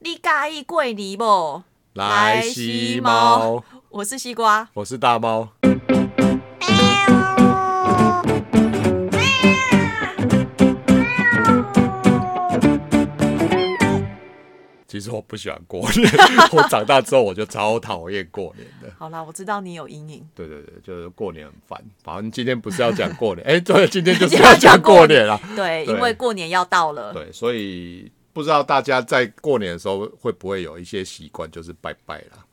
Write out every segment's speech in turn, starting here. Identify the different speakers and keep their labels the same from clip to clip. Speaker 1: 介意过年不？
Speaker 2: 来吸猫，，
Speaker 1: 我是西瓜。
Speaker 2: 我是大猫。其实我不喜欢过年， 我长大之后我就超讨厌过年的。
Speaker 1: 好啦，我知道你有阴影。
Speaker 2: 对对对，就是过年很烦。反正今天不是要讲 过年，哎、对，今天就是要讲过年啦。
Speaker 1: 对，
Speaker 2: 对
Speaker 1: 因为过年要到了，
Speaker 2: 对，所以不知道大家在过年的时候会不会有一些习惯，就是拜拜 啦。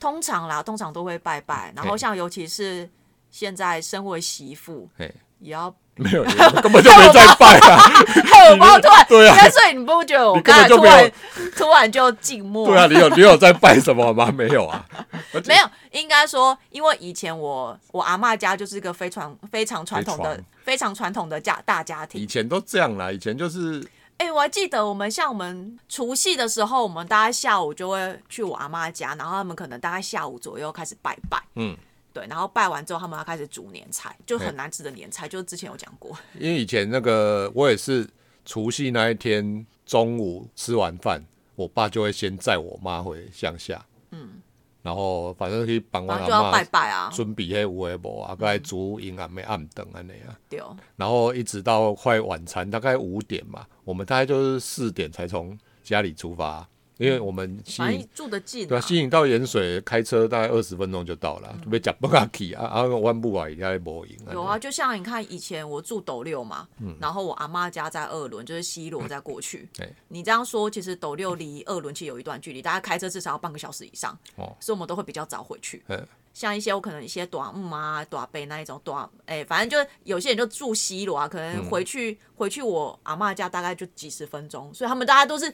Speaker 1: 通常啦，通常都会拜拜。然后像尤其是现在身为媳妇，
Speaker 2: 嘿，
Speaker 1: 也要。
Speaker 2: 没有，你根本就没在拜啊！
Speaker 1: 哎，我包突然，
Speaker 2: 对啊
Speaker 1: 但所以你不觉得我
Speaker 2: 你
Speaker 1: 刚
Speaker 2: 根
Speaker 1: 才
Speaker 2: 本就
Speaker 1: 突
Speaker 2: 没有
Speaker 1: 然突然就静默？
Speaker 2: 对啊，你有你有在拜什么吗？ 没有啊，而且
Speaker 1: 没有，应该说，因为以前我我阿嬷家就是一个非常非常传统
Speaker 2: 非
Speaker 1: 的
Speaker 2: 常
Speaker 1: 非常传统的家大家庭
Speaker 2: 以。前都这样啦，以前就是
Speaker 1: 哎、我还记得我们像我们除夕的时候，我们大概下午就会去我阿妈家，然后他们可能大概下午左右开始拜拜，
Speaker 2: 嗯，
Speaker 1: 对，然后拜完之后他们要开始煮年菜，就
Speaker 2: 嘿
Speaker 1: 很难吃的年菜，就是之前有讲过，
Speaker 2: 因为以前那个我也是除夕那一天中午吃完饭，我爸就会先载我妈回乡下，嗯，然后反正去帮我
Speaker 1: 然后
Speaker 2: 阿
Speaker 1: 就要拜
Speaker 2: 妈
Speaker 1: 拜啊，
Speaker 2: 准备迄有诶无啊，搁来煮因阿妹暗顿安尼啊，
Speaker 1: 对哦，
Speaker 2: 然后一直到快晚餐，大概五点嘛，我们大概就是四点才从家里出发，因为我们西
Speaker 1: 反
Speaker 2: 引
Speaker 1: 正住得近、
Speaker 2: 对啊，西引到盐水开车大概二十分钟就到了，就被夹不下去啊，啊，弯不啊，人家无赢
Speaker 1: 有啊，就像你看以前我住斗六嘛，
Speaker 2: 嗯
Speaker 1: 然后我阿妈家在二轮，就是西罗再过去。
Speaker 2: 对
Speaker 1: 你这样说，其实斗六离二轮其实有一段距离，大概开车至少要半个小时以上，
Speaker 2: 哦
Speaker 1: 所以我们都会比较早回去。
Speaker 2: 嗯
Speaker 1: 像一些我可能一些短木啊、短背那一种短，哎、反正就是有些人就住西罗啊，可
Speaker 2: 嗯
Speaker 1: 能回去、回去我阿妈家大概就几十分钟，所以他们大家都是，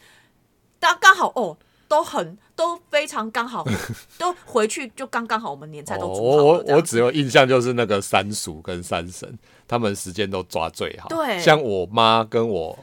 Speaker 1: 大家刚好哦。都很都非常刚 好，都回去就刚刚好，我们年菜都煮好了
Speaker 2: 哦我我
Speaker 1: 这样
Speaker 2: 我只有印象就是那个三叔跟三婶，他们时间都抓最好。
Speaker 1: 对
Speaker 2: 像我妈跟我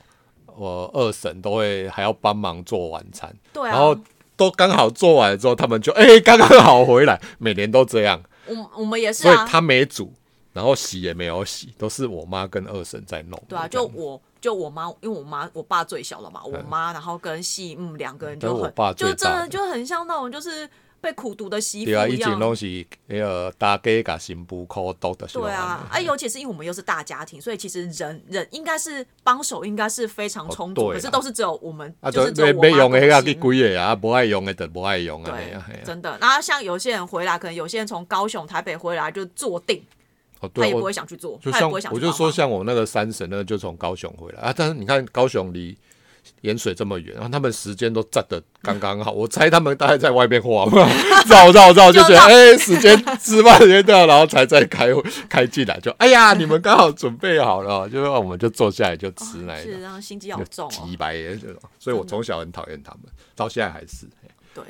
Speaker 2: 我二婶都会还要帮忙做晚餐，
Speaker 1: 对啊
Speaker 2: 然后都刚好做完了之后，他们就哎刚刚好回来，每年都这样，
Speaker 1: 我我们也是
Speaker 2: 所以
Speaker 1: 啊，
Speaker 2: 她没煮，然后洗也没有洗，都是我妈跟二婶在弄。
Speaker 1: 对啊，
Speaker 2: 这
Speaker 1: 就
Speaker 2: 样
Speaker 1: 我就我妈，因为我妈我爸最小了嘛，我妈然后跟细嗯两个人就
Speaker 2: 但是我
Speaker 1: 很
Speaker 2: 爸最
Speaker 1: 就真
Speaker 2: 大
Speaker 1: 的
Speaker 2: 的
Speaker 1: 就很像那种就是被苦读的媳妇
Speaker 2: 对啊，以
Speaker 1: 一
Speaker 2: 前
Speaker 1: 样。
Speaker 2: 拢是那个大家甲新妇靠多的。
Speaker 1: 对啊，啊，尤其是因为我们又是大家庭，所以其实人人应该是帮手，应该是非常充足。
Speaker 2: 对啊
Speaker 1: 可是都是只有我们，
Speaker 2: 啊，
Speaker 1: 就是只
Speaker 2: 就
Speaker 1: 有
Speaker 2: 要
Speaker 1: 我妈
Speaker 2: 要用
Speaker 1: 跟
Speaker 2: 那
Speaker 1: 我
Speaker 2: 个
Speaker 1: 细
Speaker 2: 去几个啊，不爱用的就不爱用的。嘿
Speaker 1: 对
Speaker 2: 啊嘿，啊
Speaker 1: 真的。然后像有些人回来，可能有些人从高雄、台北回来就坐定，
Speaker 2: 哦，
Speaker 1: 他
Speaker 2: 对
Speaker 1: 也
Speaker 2: 我
Speaker 1: 不会想去做，
Speaker 2: 就
Speaker 1: 他也
Speaker 2: 像
Speaker 1: 不会想去
Speaker 2: 我
Speaker 1: 帮忙。
Speaker 2: 就说像我那个三婶呢，就从高雄回来啊，但是你看高雄离盐水这么远，然啊后他们时间都站得刚刚好，我猜他们大概在外面晃 绕绕绕，就觉
Speaker 1: 就
Speaker 2: 得
Speaker 1: 绕
Speaker 2: 哎、时间吃饭时间到，然后才再开开进来，就哎呀，你们刚好准备好了，就是啊我们就坐下来就吃那一
Speaker 1: 是，
Speaker 2: 种。
Speaker 1: 然后心机好
Speaker 2: 就
Speaker 1: 重哦。
Speaker 2: 几百耶这种，所以我从小很讨厌他们，到现在还是。嘿
Speaker 1: 对，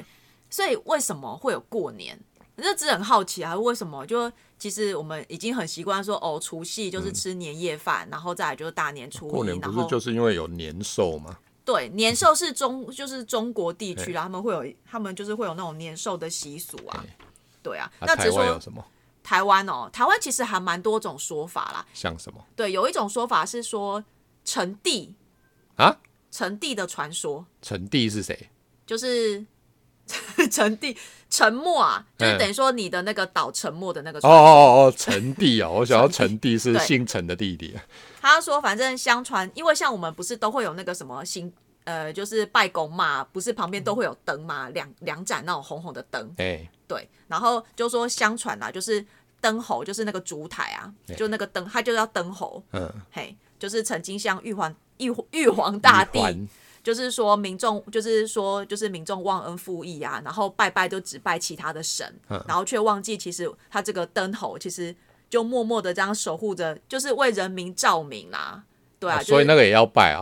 Speaker 1: 所以为什么会有过年？那只是很好奇啊，为什么？就其实我们已经很习惯说，哦，除夕就是吃年夜饭，然后再来就是大年初
Speaker 2: 哦过
Speaker 1: 一，
Speaker 2: 年不
Speaker 1: 然
Speaker 2: 是
Speaker 1: 后
Speaker 2: 就是因为有年兽吗？
Speaker 1: 对年兽是中就是中国地区啦，他们会有他们就是会有那种年兽的习俗啊，对啊。
Speaker 2: 啊，
Speaker 1: 那只
Speaker 2: 台
Speaker 1: 是
Speaker 2: 湾有
Speaker 1: 说
Speaker 2: 什么？
Speaker 1: 台湾哦，台湾其实还蛮多种说法啦。
Speaker 2: 像什么
Speaker 1: 对，有一种说法是说成帝
Speaker 2: 啊？
Speaker 1: 成帝的传说，
Speaker 2: 陈帝是谁？
Speaker 1: 就是 沉地沉默啊，就是
Speaker 2: 嗯
Speaker 1: 等于说你的那个岛沉没的那个
Speaker 2: 哦
Speaker 1: 船。
Speaker 2: 哦哦，陈帝哦，我想要陈帝是
Speaker 1: 对
Speaker 2: 姓陈的弟弟，啊
Speaker 1: 他说，反正相传，因为像我们不是都会有那个什么行，呃，就是拜公嘛，不是旁边都会有灯嘛，两两盏那种红红的灯，
Speaker 2: 哎，
Speaker 1: 对。然后就说相传啊，就是灯侯，就是那个烛台啊，就那个灯，他就叫灯侯，
Speaker 2: 嗯，
Speaker 1: 嘿，就是曾经像玉皇玉玉皇大帝
Speaker 2: 玉环
Speaker 1: 就是说民众，就是说就是民众忘恩负义啊，然后拜拜都只拜其他的神，
Speaker 2: 嗯
Speaker 1: 然后却忘记其实他这个灯侯其实就默默的这样守护着，就是为人民照明啦、对啊，
Speaker 2: 啊
Speaker 1: 就是、
Speaker 2: 所以那个也要拜啊，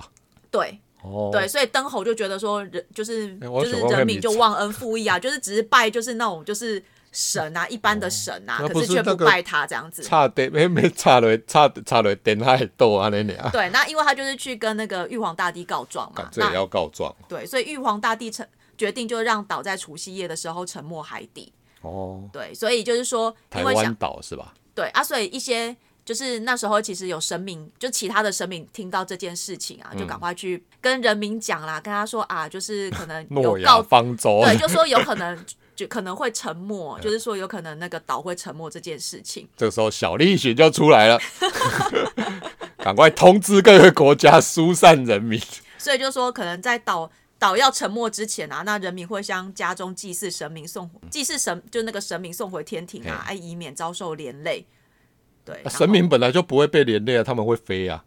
Speaker 1: 对
Speaker 2: 哦，
Speaker 1: 对，所以灯侯就觉得说人就是、
Speaker 2: 哎我
Speaker 1: 就是
Speaker 2: 想说
Speaker 1: 人
Speaker 2: 看
Speaker 1: 民
Speaker 2: 你
Speaker 1: 就忘恩负义啊，就是只是拜就是那种就是神啊，一般的神啊，
Speaker 2: 哦那
Speaker 1: 可
Speaker 2: 不
Speaker 1: 是
Speaker 2: 是
Speaker 1: 却
Speaker 2: 那
Speaker 1: 不
Speaker 2: 个
Speaker 1: 拜他这样子。
Speaker 2: 差点没没差落差差落点海斗啊那俩，
Speaker 1: 对，那因为他就是去跟那个玉皇大帝告状嘛，
Speaker 2: 这
Speaker 1: 啊那
Speaker 2: 也要告状
Speaker 1: 对，所以玉皇大帝沉决定就让岛在除夕夜的时候沉没海底。
Speaker 2: 哦。
Speaker 1: 对，所以就是说，
Speaker 2: 台
Speaker 1: 因为
Speaker 2: 湾
Speaker 1: 想
Speaker 2: 岛是吧？
Speaker 1: 对啊，所以一些就是那时候其实有神明，就其他的神明听到这件事情啊，就
Speaker 2: 嗯
Speaker 1: 赶快去跟人民讲啦，跟他说啊，就是可能有
Speaker 2: 诺亚
Speaker 1: 告，
Speaker 2: 方舟，
Speaker 1: 对， 就说有可能就可能会沉
Speaker 2: 嗯
Speaker 1: 没，就是说有可能那个岛会沉没这件事情。
Speaker 2: 这时候小栗旬就出来了， 赶快通知各个国家疏散人民。
Speaker 1: 所以就说可能在岛岛要沉没之前啊，那人民会向家中祭祀神明送祭祀神，就那个神明送回天庭啊，哎，以免遭受连累。对，然后
Speaker 2: 啊神明本来就不会被连累啊，他们会飞啊，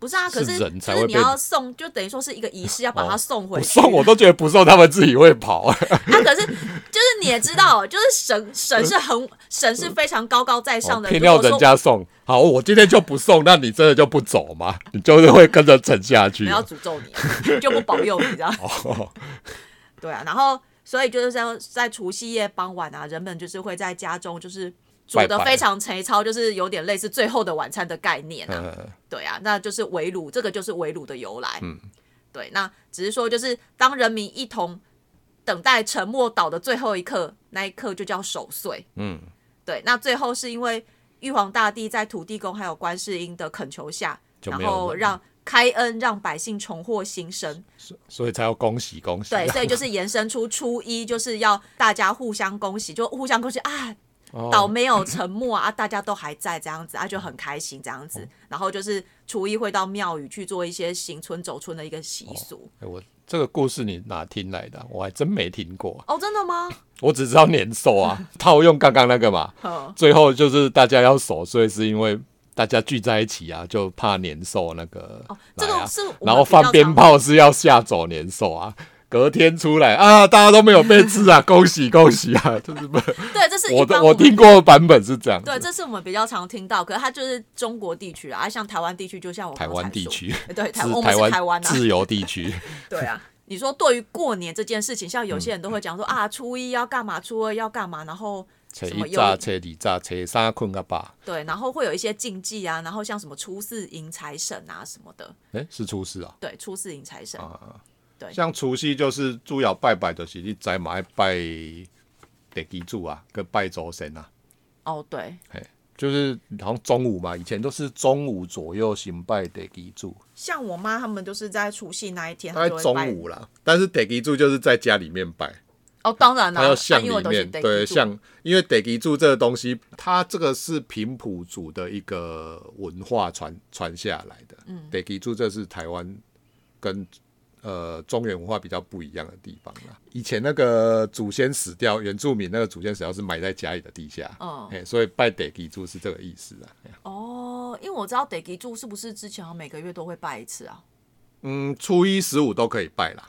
Speaker 1: 不是啊，可
Speaker 2: 是
Speaker 1: 是
Speaker 2: 人才
Speaker 1: 可是
Speaker 2: 会
Speaker 1: 你
Speaker 2: 被
Speaker 1: 要送，就等于说是一个仪式，要把它送
Speaker 2: 不
Speaker 1: 回去。
Speaker 2: 送我都觉得不送，他们自己会跑啊。
Speaker 1: 啊，可是就是你也知道，就是神神是很神是非常高高在 上的，
Speaker 2: 偏
Speaker 1: 如
Speaker 2: 要
Speaker 1: 果
Speaker 2: 哦人
Speaker 1: 说
Speaker 2: 家送，好，我今天就不送，那你真的就不走吗？你就是会跟着沉下去
Speaker 1: 不。要诅咒你啊，就不保佑你，这样。
Speaker 2: 哦，
Speaker 1: 对啊，然后所以就是在在除夕夜傍晚啊，人们就是会在家中就是煮
Speaker 2: 拜
Speaker 1: 的
Speaker 2: 拜
Speaker 1: 非常粗糙，就是有点类似最后的晚餐的概念啊。
Speaker 2: 呃
Speaker 1: 对啊，那就是围炉，这个就是围炉的由来。嗯，对，那只是说就是当人民一同等待沉默岛的最后一刻，那一刻就叫守岁。
Speaker 2: 嗯，
Speaker 1: 对，那最后是因为玉皇大帝在土地公还有观世音的恳求下，
Speaker 2: 就
Speaker 1: 然
Speaker 2: 没有
Speaker 1: 后
Speaker 2: 人
Speaker 1: 让开恩让百姓重获新生。
Speaker 2: 所以才要恭喜恭喜。啊
Speaker 1: 对，所以就是延伸出初一，就是要大家互相恭喜，就互相恭喜啊，
Speaker 2: 哦
Speaker 1: 岛没有沉没啊，啊大家都还在这样子， 啊就很开心这样
Speaker 2: 哦
Speaker 1: 子。然后就是初一会到庙宇去做一些行村走村的一个习俗。
Speaker 2: 哎我这个故事你哪听来的啊？我还真没听过，啊
Speaker 1: 哦，真的 吗？
Speaker 2: 我只知道年兽啊，套用刚刚那个嘛。
Speaker 1: 呵
Speaker 2: 最后就是大家要守岁，是因为大家聚在一起啊，就怕年兽那个、
Speaker 1: 哦，这
Speaker 2: 来
Speaker 1: 个
Speaker 2: 啊
Speaker 1: 是我们
Speaker 2: 然后
Speaker 1: 比较
Speaker 2: 放鞭
Speaker 1: 常
Speaker 2: 炮是要吓走年兽啊。隔天出来啊，大家都没有被吃啊，恭喜恭喜 啊！就是不，
Speaker 1: 对，这是一
Speaker 2: 我
Speaker 1: 般
Speaker 2: 的
Speaker 1: 我
Speaker 2: 我
Speaker 1: 们
Speaker 2: 听过的版本是这样子，
Speaker 1: 对，这是我们比较常听到，可是它就是中国地区啊，啊像台湾地区，就像我
Speaker 2: 台
Speaker 1: 刚
Speaker 2: 湾
Speaker 1: 才
Speaker 2: 地
Speaker 1: 说
Speaker 2: 区，
Speaker 1: 哎对，台
Speaker 2: 是
Speaker 1: 我们是台湾
Speaker 2: 湾
Speaker 1: 啊，
Speaker 2: 自由地区，
Speaker 1: 对啊。你说对于过年这件事情，像有些人
Speaker 2: 嗯
Speaker 1: 都会讲说、啊，初一要干嘛，初二要干嘛，然后
Speaker 2: 车
Speaker 1: 什么
Speaker 2: 一
Speaker 1: 有
Speaker 2: 炸、车二炸、车三困个吧？
Speaker 1: 对，然后会有一些禁忌啊，然后像什么初四迎财神啊什么的，
Speaker 2: 哎、是初四啊。
Speaker 1: 对，初四迎财神，对
Speaker 2: 像除夕就是主要拜拜，就是你在嘛要拜地基主啊，跟拜祖先啊。
Speaker 1: 哦，对，
Speaker 2: 就是好像中午嘛，以前都是中午左右行拜地基主，
Speaker 1: 像我妈他们就是在除夕那一天，
Speaker 2: 大概
Speaker 1: 她哎就会拜
Speaker 2: 中午啦。但是地基主就是在家里面拜，
Speaker 1: 哦，当然啦、
Speaker 2: 它要像
Speaker 1: 因为
Speaker 2: 里
Speaker 1: 我都是
Speaker 2: 面，
Speaker 1: 得
Speaker 2: 对，
Speaker 1: 记住
Speaker 2: 像因为地基主这个东西，它这个是平埔族的一个文化传传下来的。嗯，地基主这是台湾跟呃中原文化比较不一样的地方啦。以前那个祖先死掉，原住民那个祖先死掉是埋在家里的地下，
Speaker 1: 嗯
Speaker 2: 嘿所以拜地基主是这个意思啊。
Speaker 1: 哦，因为我知道得记住是不是之前好像每个月都会拜一次啊？
Speaker 2: 嗯，初一十五都可以拜啦，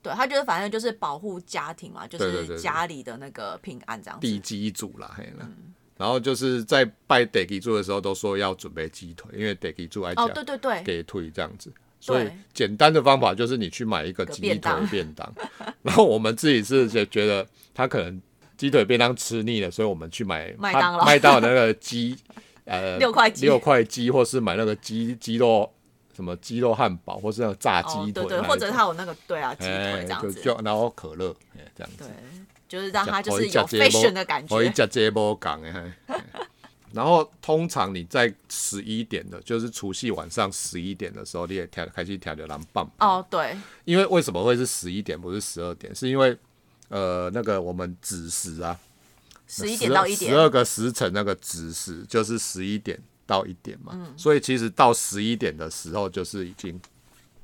Speaker 1: 对，他就是反正就是保护家庭嘛，就
Speaker 2: 对对对
Speaker 1: 是
Speaker 2: 对
Speaker 1: 家里的那个平安这样子。
Speaker 2: 地基主啦，
Speaker 1: 嗯
Speaker 2: 嘿啦。然后就是在拜地基主的时候，都说要准备鸡腿，因为地基主爱讲
Speaker 1: 哦，对对对，
Speaker 2: 给退这样子。所以
Speaker 1: 对
Speaker 2: 简单的方法就是你去买一个鸡
Speaker 1: 便
Speaker 2: 腿
Speaker 1: 当
Speaker 2: 便当，然后我们自己是觉觉得他可能鸡腿便当吃腻了，所以我们去买
Speaker 1: 麦
Speaker 2: 他
Speaker 1: 当劳
Speaker 2: 麦当劳那个 鸡，呃，
Speaker 1: 六块鸡
Speaker 2: 六块鸡，或是买那个鸡鸡肉什么鸡肉汉堡，或是那个炸鸡
Speaker 1: 哦，对
Speaker 2: 腿那一种，
Speaker 1: 对，或者他有那个对啊，鸡
Speaker 2: 哎
Speaker 1: 腿这样
Speaker 2: 就
Speaker 1: 子，
Speaker 2: 就然后可乐，哎这样子
Speaker 1: 对，，就是让他就是
Speaker 2: 吃
Speaker 1: 有 fashion 的感
Speaker 2: 可以
Speaker 1: 觉。
Speaker 2: 吃这波港的。嘿 然后通常你在十一点的，就是除夕晚上十一点的时候，你也调开始调流浪棒。
Speaker 1: 哦，对，
Speaker 2: 因为为什么会是十一点不是十二点？是因为呃那个我们子时啊，
Speaker 1: 十一点到一
Speaker 2: 十
Speaker 1: 点，
Speaker 2: 二个时辰那个子时就是十一点到一点嘛，
Speaker 1: 嗯
Speaker 2: 所以其实到十一点的时候就是已经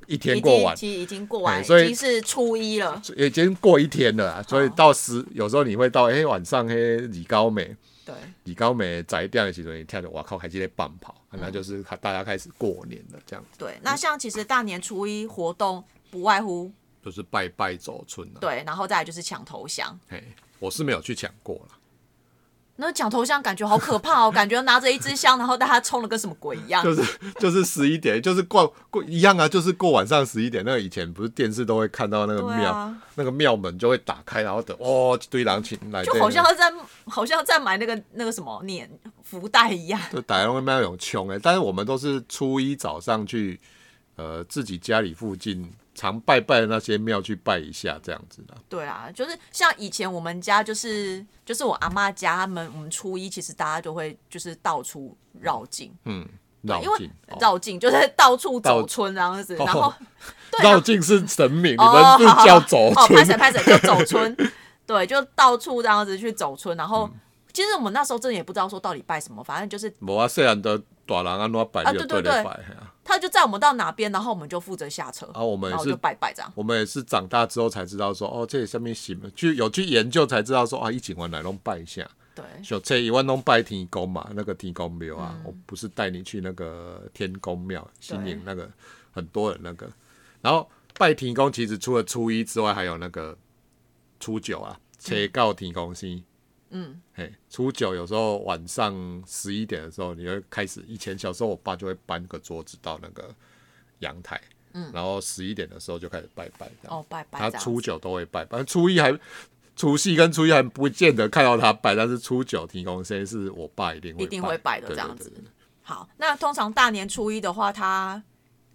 Speaker 2: 一天
Speaker 1: 已
Speaker 2: 过完
Speaker 1: 经，其实已经过完，
Speaker 2: 哎
Speaker 1: 已
Speaker 2: 所以
Speaker 1: 经是初一了。
Speaker 2: 已经过一天了啊，所以到十有时候你会到哎、晚上嘿李高美。
Speaker 1: 对，
Speaker 2: 李高美宅掉的时候，你跳着，哇靠，还记得棒跑，那就是大家开始过年了，这样子
Speaker 1: 对，那像其实大年初一活动不外乎
Speaker 2: 就是拜拜走春了、啊。
Speaker 1: 对，然后再来就是抢头香。
Speaker 2: 嘿，我是没有去抢过了。
Speaker 1: 那抢头香感觉好可怕哦，感觉拿着一支香，然后大家冲的跟什么鬼一样。
Speaker 2: 就是就是十一点，就是过过一样啊，就是过晚上十一点。那个以前不是电视都会看到那个
Speaker 1: 对
Speaker 2: 庙，
Speaker 1: 啊
Speaker 2: 那个庙门就会打开，然后等哦一堆人请来，
Speaker 1: 就好像在好像在买那个那个什么年福袋一样，
Speaker 2: 欸就打开那个庙有穷哎。但是我们都是初一早上去。呃自己家里附近常拜拜的那些庙去拜一下，这样子啦。
Speaker 1: 对啊，就是像以前我们家就是就是我阿妈家，他们我们初一其实大家就会就是到处绕境，
Speaker 2: 嗯，绕
Speaker 1: 因为
Speaker 2: 境，哦
Speaker 1: 绕境就是到处
Speaker 2: 到
Speaker 1: 走村啊这样子，然
Speaker 2: 哦
Speaker 1: 后对啊
Speaker 2: 绕境是神明，你
Speaker 1: 哦
Speaker 2: 们是叫走
Speaker 1: 哦，拍
Speaker 2: 村
Speaker 1: 谁拍谁就走村， 对，就到处这样子去走村，然后。
Speaker 2: 嗯
Speaker 1: 其实我们那时候真的也不知道说到底拜什么，反正就是
Speaker 2: 无啊，虽然的大人安怎摆
Speaker 1: 啊
Speaker 2: 就
Speaker 1: 对对
Speaker 2: 对咧
Speaker 1: 对
Speaker 2: 摆啊。
Speaker 1: 他就载我们到哪边，然后我们就负责下车，
Speaker 2: 啊，我们
Speaker 1: 然
Speaker 2: 也，
Speaker 1: 后就是拜拜这样。
Speaker 2: 我们也是长大之后才知道说，哦，这上面行，去有去研究才知道说，啊，一景完来弄拜一下，
Speaker 1: 对，嗯
Speaker 2: 小这一万弄拜天公嘛，那个天公庙啊，我不是带你去那个天公庙，新
Speaker 1: 对
Speaker 2: 营那个很多人那个，然后拜天公其实除了初一之外，还有那个初九啊，切告天公星。
Speaker 1: 嗯，
Speaker 2: 嘿，初九有时候晚上十一点的时候，你会开始。以前小时候，我爸就会搬个桌子到那个阳台，嗯，然后十一点的时候就开始拜拜这样。
Speaker 1: 哦，拜拜这
Speaker 2: 他
Speaker 1: 样子。
Speaker 2: 初九都会拜，反正初一还除夕跟初一还不见得看到他拜，但是初九提供先是我爸一定会
Speaker 1: 一定会拜的
Speaker 2: 对
Speaker 1: 这样
Speaker 2: 对
Speaker 1: 子
Speaker 2: 对对
Speaker 1: 好，那通常大年初一的话，他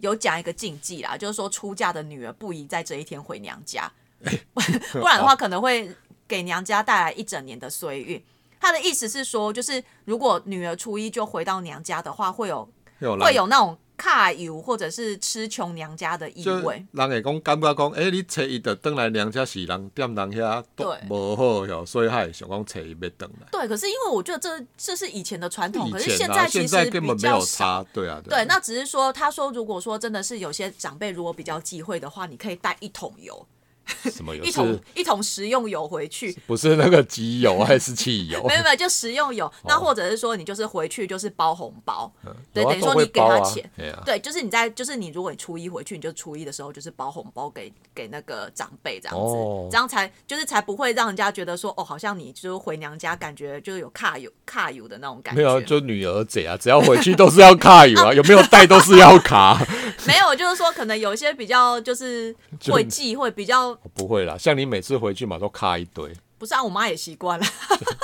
Speaker 1: 有讲一个禁忌啦，就是说出嫁的女儿不宜在这一天回娘家，
Speaker 2: 哎
Speaker 1: 不然的话可能会给娘家带来一整年的衰运。他的意思是说，就是如果女儿初一就回到娘家的话，会有
Speaker 2: 有
Speaker 1: 会有那种卡油或者是吃穷娘家的意
Speaker 2: 就
Speaker 1: 味。
Speaker 2: 人会讲感觉讲，诶、你初一的登来娘家是人踮人遐都
Speaker 1: 对
Speaker 2: 无好哟，所以他也想讲初一要登来。
Speaker 1: 对，可是因为我觉得这这是以前的传统，哦
Speaker 2: 以
Speaker 1: 可是
Speaker 2: 前
Speaker 1: 现
Speaker 2: 啊，
Speaker 1: 其
Speaker 2: 现
Speaker 1: 实
Speaker 2: 在根
Speaker 1: 比
Speaker 2: 本没
Speaker 1: 较
Speaker 2: 有
Speaker 1: 少。
Speaker 2: 差，对啊，
Speaker 1: 对，
Speaker 2: 啊
Speaker 1: 那只是说，他说如果说真的是有些长辈如果比较忌讳的话，你可以带一桶油，
Speaker 2: 什么油
Speaker 1: 一
Speaker 2: 是
Speaker 1: 桶一桶食用油回去。
Speaker 2: 不是哦那个机油还是汽油？
Speaker 1: 没有没有，就食用油。
Speaker 2: 哦
Speaker 1: 那或者是说，你就是回去就是包红包，对，
Speaker 2: 有啊
Speaker 1: 等于说
Speaker 2: 都会
Speaker 1: 你给他
Speaker 2: 包啊
Speaker 1: 钱，
Speaker 2: 对啊
Speaker 1: 对，就是你在，就是你如果你初一回去，你就初一的时候就是包红包给给那个长辈这样子，
Speaker 2: 哦
Speaker 1: 这样才就是才不会让人家觉得说哦，好像你就是回娘家，感觉就是有卡油卡油的那种感觉。
Speaker 2: 没有，啊就女儿贼啊，只要回去都是要卡油啊，有没有带都是要卡。
Speaker 1: 没有，就是说可能有一些比较就是
Speaker 2: 就
Speaker 1: 会忌讳，比较
Speaker 2: 不会啦，像你每次回去嘛都卡一堆
Speaker 1: 不是啊，我妈也习惯了，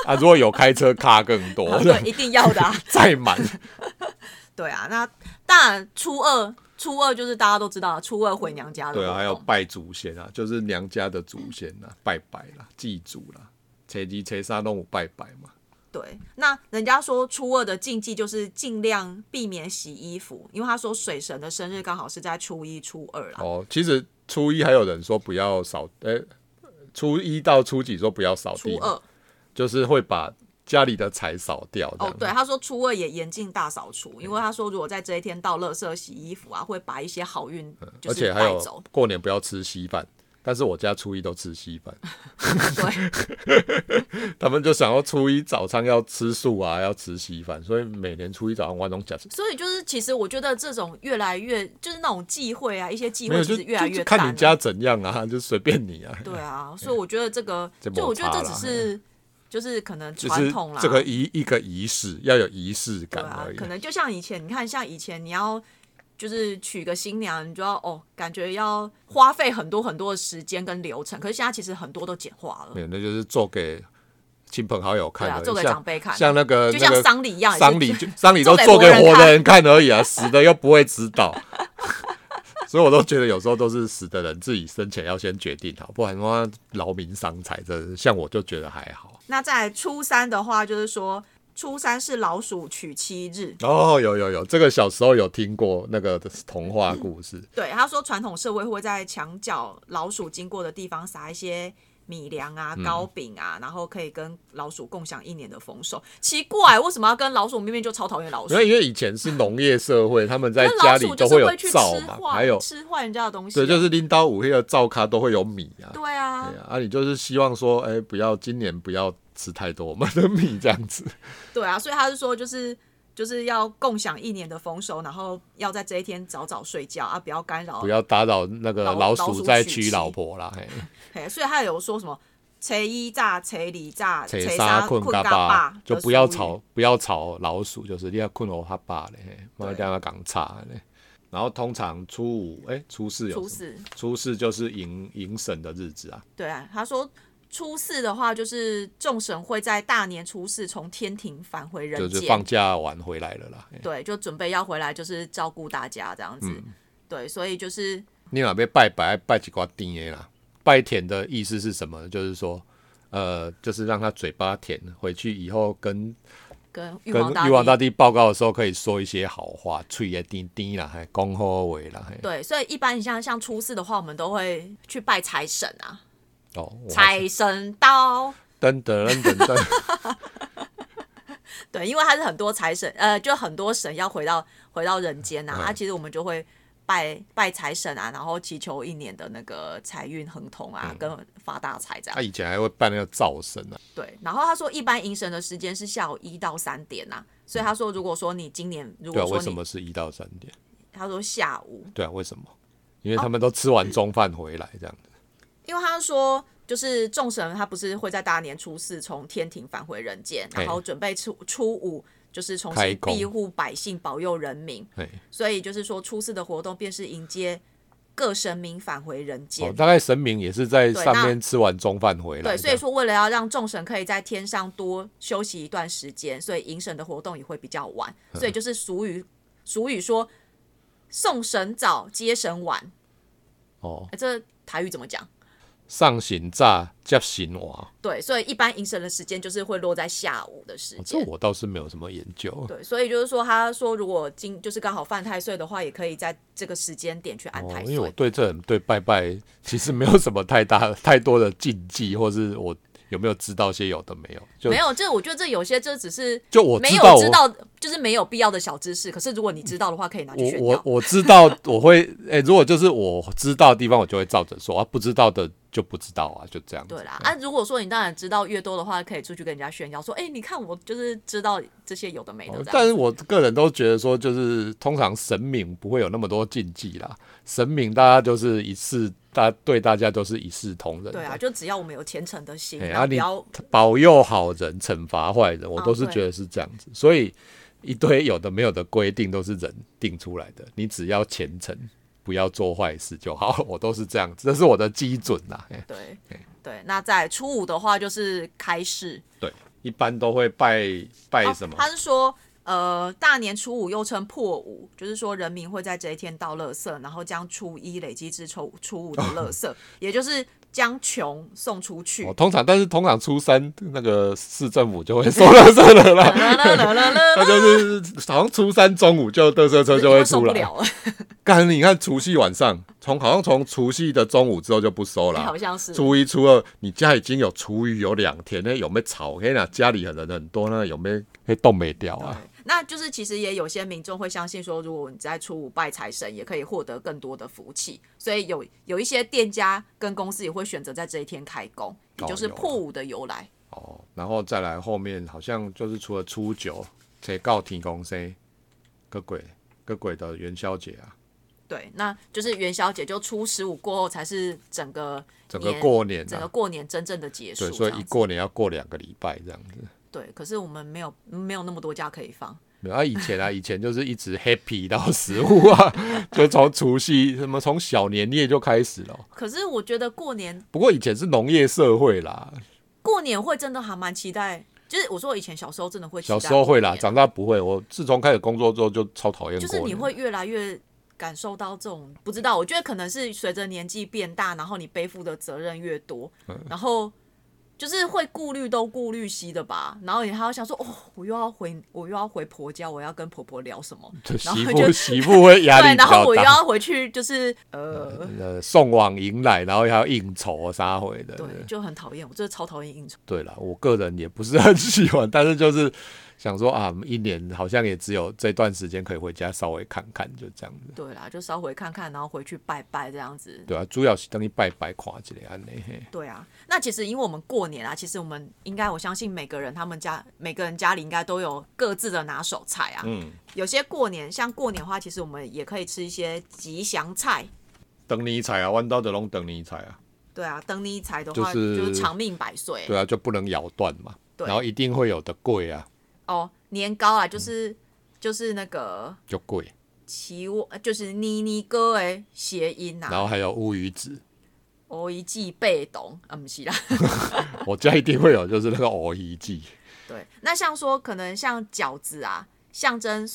Speaker 2: 啊，如果有开车卡更 多，
Speaker 1: 对，一定要的、啊。
Speaker 2: 再 满。
Speaker 1: 对啊，那当然初二，初二就是大家都知道，初二回娘家的
Speaker 2: 对啊，还
Speaker 1: 活
Speaker 2: 有
Speaker 1: 动。
Speaker 2: 拜祖先啊，就是娘家的祖先啊，拜拜啦，祭祖啦，车鸡车三都有拜拜嘛。
Speaker 1: 对，那人家说初二的禁忌就是尽量避免洗衣服，因为他说水神的生日刚好是在初一、初二啦。
Speaker 2: 哦，其实初一还有人说不要扫，呃、初一到初几说不要扫
Speaker 1: 初
Speaker 2: 地，
Speaker 1: 二哦
Speaker 2: 就是会把家里的财扫掉这
Speaker 1: 哦
Speaker 2: 样，。
Speaker 1: 对，他说初二也严禁大扫除，因为他说如果在这一天到垃圾洗衣服啊，会把一些好运就
Speaker 2: 嗯而且
Speaker 1: 是
Speaker 2: 还
Speaker 1: 带
Speaker 2: 有
Speaker 1: 走。
Speaker 2: 过年不要吃稀饭，但是我家初一都吃稀 饭，
Speaker 1: 对，
Speaker 2: 他们就想要初一早上要吃素啊，要吃稀饭，所以每年初一早上我拢吃
Speaker 1: 所以就是其实我觉得这种越来越就是那种忌讳啊，一些忌
Speaker 2: 没有
Speaker 1: 讳
Speaker 2: 就
Speaker 1: 其实越来
Speaker 2: 就
Speaker 1: 越
Speaker 2: 就
Speaker 1: 淡
Speaker 2: 看你
Speaker 1: 了
Speaker 2: 家怎样啊，就随便你啊。
Speaker 1: 对啊，所以我觉得这个
Speaker 2: 这，
Speaker 1: 就
Speaker 2: 摩
Speaker 1: 我觉得这只
Speaker 2: 擦啦
Speaker 1: 是就是可能
Speaker 2: 就
Speaker 1: 传
Speaker 2: 是
Speaker 1: 统啦，
Speaker 2: 这个仪一个仪式要有仪式
Speaker 1: 对
Speaker 2: 感
Speaker 1: 啊
Speaker 2: 而，已
Speaker 1: 可。能就像以前，你看像以前你要。就是娶个新娘，你就要哦，感觉要花费很多很多的时间跟流程。可是现在其实很多都简化了
Speaker 2: 没，有，那就是做给亲朋好友看
Speaker 1: 对啊
Speaker 2: 而已，
Speaker 1: 做给
Speaker 2: 像
Speaker 1: 长辈看
Speaker 2: 像那个
Speaker 1: 就
Speaker 2: 那
Speaker 1: 像
Speaker 2: 个
Speaker 1: 丧礼一样，也是
Speaker 2: 丧啊礼就丧礼
Speaker 1: 做
Speaker 2: 都
Speaker 1: 给
Speaker 2: 做给
Speaker 1: 活人
Speaker 2: 活的人看而已啊，死的又不会知道。 所以我都觉得有时候都是死的人自己生前要先决定好，不然的话劳民伤财。真的是像我就觉得还好。
Speaker 1: 那在初三的话，就是说初三是老鼠娶妻日。
Speaker 2: 哦，有有有，这个小时候有听过那个童话故事，
Speaker 1: 对，他说传统社会会在墙角老鼠经过的地方撒一些米粮啊、
Speaker 2: 嗯
Speaker 1: 糕饼啊，然后可以跟老鼠共享一年的丰收。奇怪，为什么要跟老鼠？我明明就超讨厌老鼠
Speaker 2: 因，为因为以前是农业社会，他们在
Speaker 1: 跟
Speaker 2: 家
Speaker 1: 老
Speaker 2: 里
Speaker 1: 鼠就
Speaker 2: 都
Speaker 1: 是
Speaker 2: 有
Speaker 1: 去吃
Speaker 2: 灶嘛，还
Speaker 1: 坏、
Speaker 2: 有
Speaker 1: 吃坏人家的东西啊、
Speaker 2: 对，就是拎刀五黑的灶咖都会有米啊。
Speaker 1: 对啊
Speaker 2: 对，啊，啊，你就是希望说，哎、不要今年不要吃太多我们的米这样子。
Speaker 1: 对啊，所以他是说就是。就是要共享一年的丰收，然后要在这一天早早睡觉啊，不要干扰
Speaker 2: 不要打扰那个
Speaker 1: 老
Speaker 2: 老
Speaker 1: 老
Speaker 2: 鼠
Speaker 1: 鼠
Speaker 2: 在
Speaker 1: 娶
Speaker 2: 娶
Speaker 1: 妻
Speaker 2: 老婆啦。 嘿
Speaker 1: 嘿，所以他有说什么“切一炸、切二炸、
Speaker 2: 切
Speaker 1: 三
Speaker 2: 沙困
Speaker 1: 嘎
Speaker 2: 嘎
Speaker 1: 巴
Speaker 2: 巴”，就不要。吵，不要吵老鼠，就是你要困我哈巴嘞，嘿不要
Speaker 1: 对
Speaker 2: 让它讲差嘞。然后通常初五，哎、初四有
Speaker 1: 初
Speaker 2: 什么
Speaker 1: 四，
Speaker 2: 初四就是迎迎神的日子啊。
Speaker 1: 对啊，他说初四的话，就是众神会在大年初四从天庭返回人
Speaker 2: 就
Speaker 1: 间，
Speaker 2: 是放假完回来了啦。嘿嗯
Speaker 1: 对，就准备要回来，就是照顾大家这样子。对，所以就是
Speaker 2: 你若要拜拜，拜几瓜甜的啦。拜甜的意思是什么？就是说，呃，就是让他嘴巴甜，回去以后跟
Speaker 1: 跟玉
Speaker 2: 跟
Speaker 1: 皇大
Speaker 2: 玉皇
Speaker 1: 帝
Speaker 2: 大帝报告的时候，可以说一些好话，嘴也甜甜啦，还讲好话啦。嘿
Speaker 1: 对，所以一般像像初四的话，我们都会去拜财神啊，
Speaker 2: 哦，我
Speaker 1: 财神刀。
Speaker 2: 噔噔噔 噔噔，
Speaker 1: 对，因为它是很多财神，呃，就很多神要回到回到人间呐、啊。
Speaker 2: 嗯
Speaker 1: 其实我们就会拜拜财神啊，然后祈求一年的那个财运亨通
Speaker 2: 嗯
Speaker 1: 啊，跟发大财这样
Speaker 2: 他。啊以前还会办那个灶神啊，
Speaker 1: 对，然后他说一般迎神的时间是下午一到三点呐、所以他说如果说你今年如
Speaker 2: 对啊，
Speaker 1: 果
Speaker 2: 为
Speaker 1: 说
Speaker 2: 什
Speaker 1: 你，
Speaker 2: 么是一到三点？
Speaker 1: 他说下午，
Speaker 2: 对啊，为什么？因
Speaker 1: 哦
Speaker 2: 为他们都吃完中饭回来这样子。
Speaker 1: 因为他说，就是众神他不是会在大年初四从天庭返回人间，
Speaker 2: 嘿
Speaker 1: 然后准备初初五就是重
Speaker 2: 开
Speaker 1: 新
Speaker 2: 工
Speaker 1: 庇护百姓、保佑人民，
Speaker 2: 嘿，
Speaker 1: 所以就是说初四的活动便是迎接各神明返回人间。
Speaker 2: 哦，大概神明也是在
Speaker 1: 对
Speaker 2: 上
Speaker 1: 那
Speaker 2: 面吃完中饭回来这
Speaker 1: 对，
Speaker 2: 样。
Speaker 1: 所以说为了要让众神可以在天上多休息一段时间，所以迎神的活动也会比较晚，
Speaker 2: 嗯
Speaker 1: 所以就是俗语俗语说送神早，接神晚。
Speaker 2: 哦，
Speaker 1: 哎，这台语怎么讲？
Speaker 2: 上行炸，接行娃，哦
Speaker 1: 对，所以一般迎神的时间就是会落在下午的时
Speaker 2: 哦这
Speaker 1: 间。
Speaker 2: 我倒是没有什么研究。
Speaker 1: 对，所以就是说，他说如果今就是刚好犯太岁的话，也可以在这个时间点去安
Speaker 2: 哦
Speaker 1: 太，
Speaker 2: 因为
Speaker 1: 岁。
Speaker 2: 我对这人对拜拜其实没有什么太大太多的禁忌，或是我有没有知道些有的没有，就
Speaker 1: 没有，这我觉得这有些这只是
Speaker 2: 就我
Speaker 1: 没
Speaker 2: 知
Speaker 1: 有
Speaker 2: 道我
Speaker 1: 知道，就是没有必要的小知识。可是如果你知道的话，可以拿去
Speaker 2: 我
Speaker 1: 炫
Speaker 2: 我
Speaker 1: 耀。
Speaker 2: 我 知道我会诶、如果就是我知道的地方，我就会照着说啊，不知道的就不知道啊，就这样子。
Speaker 1: 对啦，啊，如果说你当然知道越多的话，可以出去跟人家炫耀说，哎、你看我就是知道这些有的没的
Speaker 2: 哦
Speaker 1: 这
Speaker 2: 但
Speaker 1: 样。
Speaker 2: 是我个人都觉得说，就是通常神明不会有那么多禁忌啦，神明大家就是一视，大家对大家都是一视同仁的。
Speaker 1: 对啊，就只要我们有虔诚的心，
Speaker 2: 哎
Speaker 1: 然
Speaker 2: 啊
Speaker 1: 后
Speaker 2: 你
Speaker 1: 不要
Speaker 2: 保佑好人，惩罚坏人，我
Speaker 1: 哦
Speaker 2: 都是觉得是这样子。所以一堆有的没有的规定都是人定出来的，你只要虔诚，不要做坏事就好。我都是这样子，这是我的基准啦。哎
Speaker 1: 对
Speaker 2: 哎
Speaker 1: 对。那在初五的话，就是开市。
Speaker 2: 对，一般都会拜拜
Speaker 1: 哦
Speaker 2: 什么？
Speaker 1: 他是说，呃，大年初五又称破五，就是说人民会在这一天倒垃圾，然后将初一累积至初初五的垃圾，也就是将穷送出去
Speaker 2: 哦，。通常，但是通常初三那个市政府就会收垃圾了 啦。
Speaker 1: 啦啦啦啦啦
Speaker 2: 他就是好像初三中午就垃圾车就会
Speaker 1: 就受 不
Speaker 2: 出来。
Speaker 1: 了了，
Speaker 2: 干，你看除夕晚上，从好像从除夕的中午之后就不收了啊。
Speaker 1: 好像是。
Speaker 2: 初一、初二，你家已经有厨余有两天，那有没有炒？跟你讲，家里的人很多，那有没有会冻没 掉
Speaker 1: 对
Speaker 2: 啊？，
Speaker 1: 那就是其实也有些民众会相信说，如果你在初五拜财神，也可以获得更多的福气，所以有有一些店家跟公司也会选择在这一天开工，也就是
Speaker 2: 有啊
Speaker 1: 破五的由来。
Speaker 2: 哦，然后再来后面好像就是除了初九，才告天公生，个鬼个鬼的元宵节啊，
Speaker 1: 对，那就是元宵节，就初十五过后才是整个
Speaker 2: 整个
Speaker 1: 年
Speaker 2: 过年
Speaker 1: 整个
Speaker 2: 啊，
Speaker 1: 过年真正的结束
Speaker 2: 对，
Speaker 1: 这
Speaker 2: 所
Speaker 1: 样
Speaker 2: 以一
Speaker 1: 子。
Speaker 2: 过年要过两个礼拜这样子。
Speaker 1: 对，可是我们没有没有那么多假可以放。
Speaker 2: 没有啊，以前啊， 以前就是一直 happy 到十五啊， 就从除夕什么从小年夜就开始了。
Speaker 1: 可是我觉得过年
Speaker 2: 不过以前是农业社会啦，
Speaker 1: 过年会真的还蛮期待，就是我说我以前小时候真的会期待
Speaker 2: 小时候会啦，
Speaker 1: 过年啊
Speaker 2: 长大不会。我自从开始工作之后就超讨厌过
Speaker 1: 就是你
Speaker 2: 年
Speaker 1: 会越来越感受到这种不知道，我觉得可能是随着年纪变大，然后你背负的责任越多，
Speaker 2: 嗯
Speaker 1: 然后。就是会顾虑东顾虑西的吧，然后你还要想说，哦，我又要回，我又要回婆家，我要跟婆婆聊什么？
Speaker 2: 就
Speaker 1: 然后
Speaker 2: 媳
Speaker 1: 就
Speaker 2: 妇媳妇会 压力
Speaker 1: 对，
Speaker 2: 比
Speaker 1: 然后
Speaker 2: 较
Speaker 1: 我又
Speaker 2: 大，
Speaker 1: 要回去，就是呃，
Speaker 2: 呃，送往迎来，然后还要应酬啊啥回的。
Speaker 1: 对，就很讨厌，我真的超讨厌应酬。
Speaker 2: 对啦，我个人也不是很 喜欢，但是就是想说啊，一年好像也只有这段时间可以回家稍微看看，就这样子。
Speaker 1: 对啦，就稍微看看，然后回去拜拜这样子。
Speaker 2: 对啊，主要是等于拜拜看一下安尼。嘿
Speaker 1: 对啊，那其实因为我们过年啊，其实我们应该我相信每个人他们家每个人家里应该都有各自的拿手菜啊。
Speaker 2: 嗯，
Speaker 1: 有些过年像过年的话，其实我们也可以吃一些吉祥菜。
Speaker 2: 等你彩啊，弯刀的龙等你彩啊。
Speaker 1: 对啊，灯尼菜的话、
Speaker 2: 就是
Speaker 1: 长命百岁
Speaker 2: 对啊，就不能咬断嘛。
Speaker 1: 对
Speaker 2: 然后一定会有的贵啊，
Speaker 1: 哦。年糕啊，就是、就是那个
Speaker 2: 就贵。
Speaker 1: 奇窝，就是妮妮哥哎谐音呐、
Speaker 2: 然后还有乌鱼子，
Speaker 1: 我一记被懂，啊不是啦。
Speaker 2: 我家一定会有，就是那个藕鱼记。
Speaker 1: 对，那像说可能像饺子啊，象征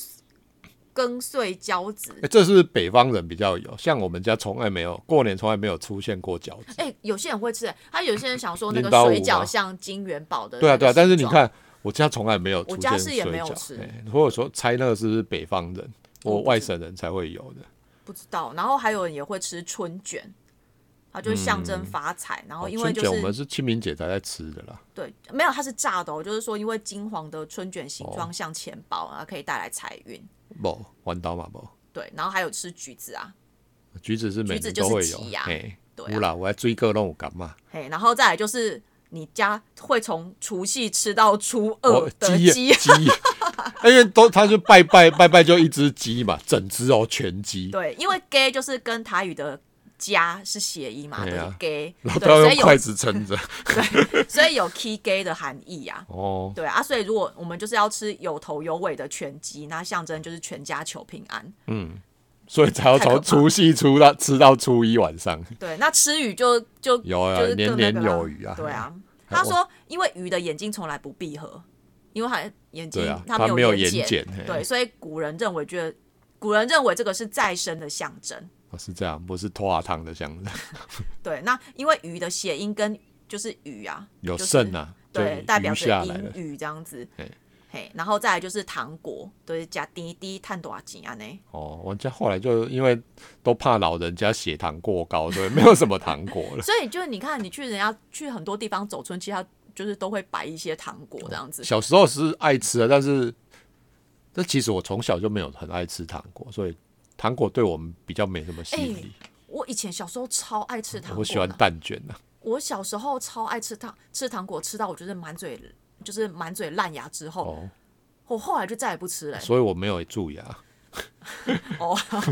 Speaker 1: 羹碎饺子。
Speaker 2: 哎这是北方人比较有，像我们家从来没有过年从来没有出现过饺子。
Speaker 1: 哎、有些人会吃、他有些人想说那个
Speaker 2: 零八五
Speaker 1: 水饺
Speaker 2: 吗
Speaker 1: 像金元宝的那
Speaker 2: 对
Speaker 1: 个形状，
Speaker 2: 啊对啊，但是你看我家从来没有出
Speaker 1: 我
Speaker 2: 现水
Speaker 1: 家
Speaker 2: 饺，
Speaker 1: 是也没有吃哦
Speaker 2: 哎所以我说猜那个是不是北方人，我外省人才会有的。
Speaker 1: 不知道，然后还有人也会吃春卷，它就是象征发财，然哦后因为
Speaker 2: 嗯哦春
Speaker 1: 就
Speaker 2: 卷我们
Speaker 1: 是
Speaker 2: 是清明节才在吃的啦。
Speaker 1: 对，没有它是炸的、哦，就是说因为金黄的春卷形
Speaker 2: 哦
Speaker 1: 状像钱包，然后可以带来财运。
Speaker 2: 不，弯刀嘛不，
Speaker 1: 对，然后还有吃橘子啊，
Speaker 2: 橘子是每
Speaker 1: 橘子
Speaker 2: 年
Speaker 1: 就
Speaker 2: 都
Speaker 1: 是
Speaker 2: 会
Speaker 1: 吉
Speaker 2: 有
Speaker 1: 呀。
Speaker 2: 哎，
Speaker 1: 对啊
Speaker 2: 有啦，我还追个那种干嘛？
Speaker 1: 嘿，然后再来就是你家会从除夕吃到初二
Speaker 2: 我
Speaker 1: 的
Speaker 2: 鸡啊
Speaker 1: 鸡，啊
Speaker 2: 鸡， 因为都他就拜拜拜拜就一只鸡嘛，整只哦全 鸡，
Speaker 1: 对，因为 gay 就是跟台语的家是谐音嘛，
Speaker 2: 嘿
Speaker 1: 对
Speaker 2: 啊
Speaker 1: gay，
Speaker 2: 然后
Speaker 1: 对，
Speaker 2: 都要
Speaker 1: 所以
Speaker 2: 用筷
Speaker 1: 有
Speaker 2: 子 撑着。
Speaker 1: 所以有 key gay 的含义啊。
Speaker 2: 哦，
Speaker 1: 对啊，所以如果我们就是要吃有头有尾的全鸡，那象征就是全家求平安。
Speaker 2: 所以才要
Speaker 1: 太可
Speaker 2: 从
Speaker 1: 怕
Speaker 2: 除夕初到吃到初一晚上。
Speaker 1: 对，那吃鱼就就
Speaker 2: 有啊
Speaker 1: 就是更那个啦
Speaker 2: 年年有余啊
Speaker 1: 对啊，
Speaker 2: 还
Speaker 1: 他说因为鱼的眼睛从来不闭合，因为它眼睛
Speaker 2: 对啊，
Speaker 1: 它
Speaker 2: 他没有
Speaker 1: 眼
Speaker 2: 眼睑，嘿
Speaker 1: 对，，所以古人认为觉得古人认为这个是再生的象征。
Speaker 2: 哦是这样，不是拖拉汤的箱子，
Speaker 1: 对，那因为鱼的谐音跟就是鱼啊，
Speaker 2: 有
Speaker 1: 就是
Speaker 2: 肾啊，
Speaker 1: 对，
Speaker 2: 就
Speaker 1: 代表
Speaker 2: 余下
Speaker 1: 着
Speaker 2: 来
Speaker 1: 英
Speaker 2: 了。
Speaker 1: 语这样子
Speaker 2: 嘿。
Speaker 1: 嘿，然后再来就是糖果，对，加滴滴探多少钱啊？呢，。
Speaker 2: 哦，我家后来就因为都怕老人家血糖过高，所以没有什么糖果了
Speaker 1: 所以就是你看，你去人家去很多地方走村，其实他就是都会摆一些糖果这样子。
Speaker 2: 小时候是爱吃的，但是但其实我从小就没有很爱吃糖果，所以糖果对我们比较没什么吸引力。
Speaker 1: 我以前小时候超爱吃哎糖果，
Speaker 2: 我喜欢
Speaker 1: 呢。
Speaker 2: 蛋卷啊，
Speaker 1: 我小时候超爱吃糖吃糖果，吃到我就是满嘴就是满嘴烂牙之后，
Speaker 2: 哦，
Speaker 1: 我后来就再也不吃了、
Speaker 2: 所以我没有蛀牙。
Speaker 1: 哦，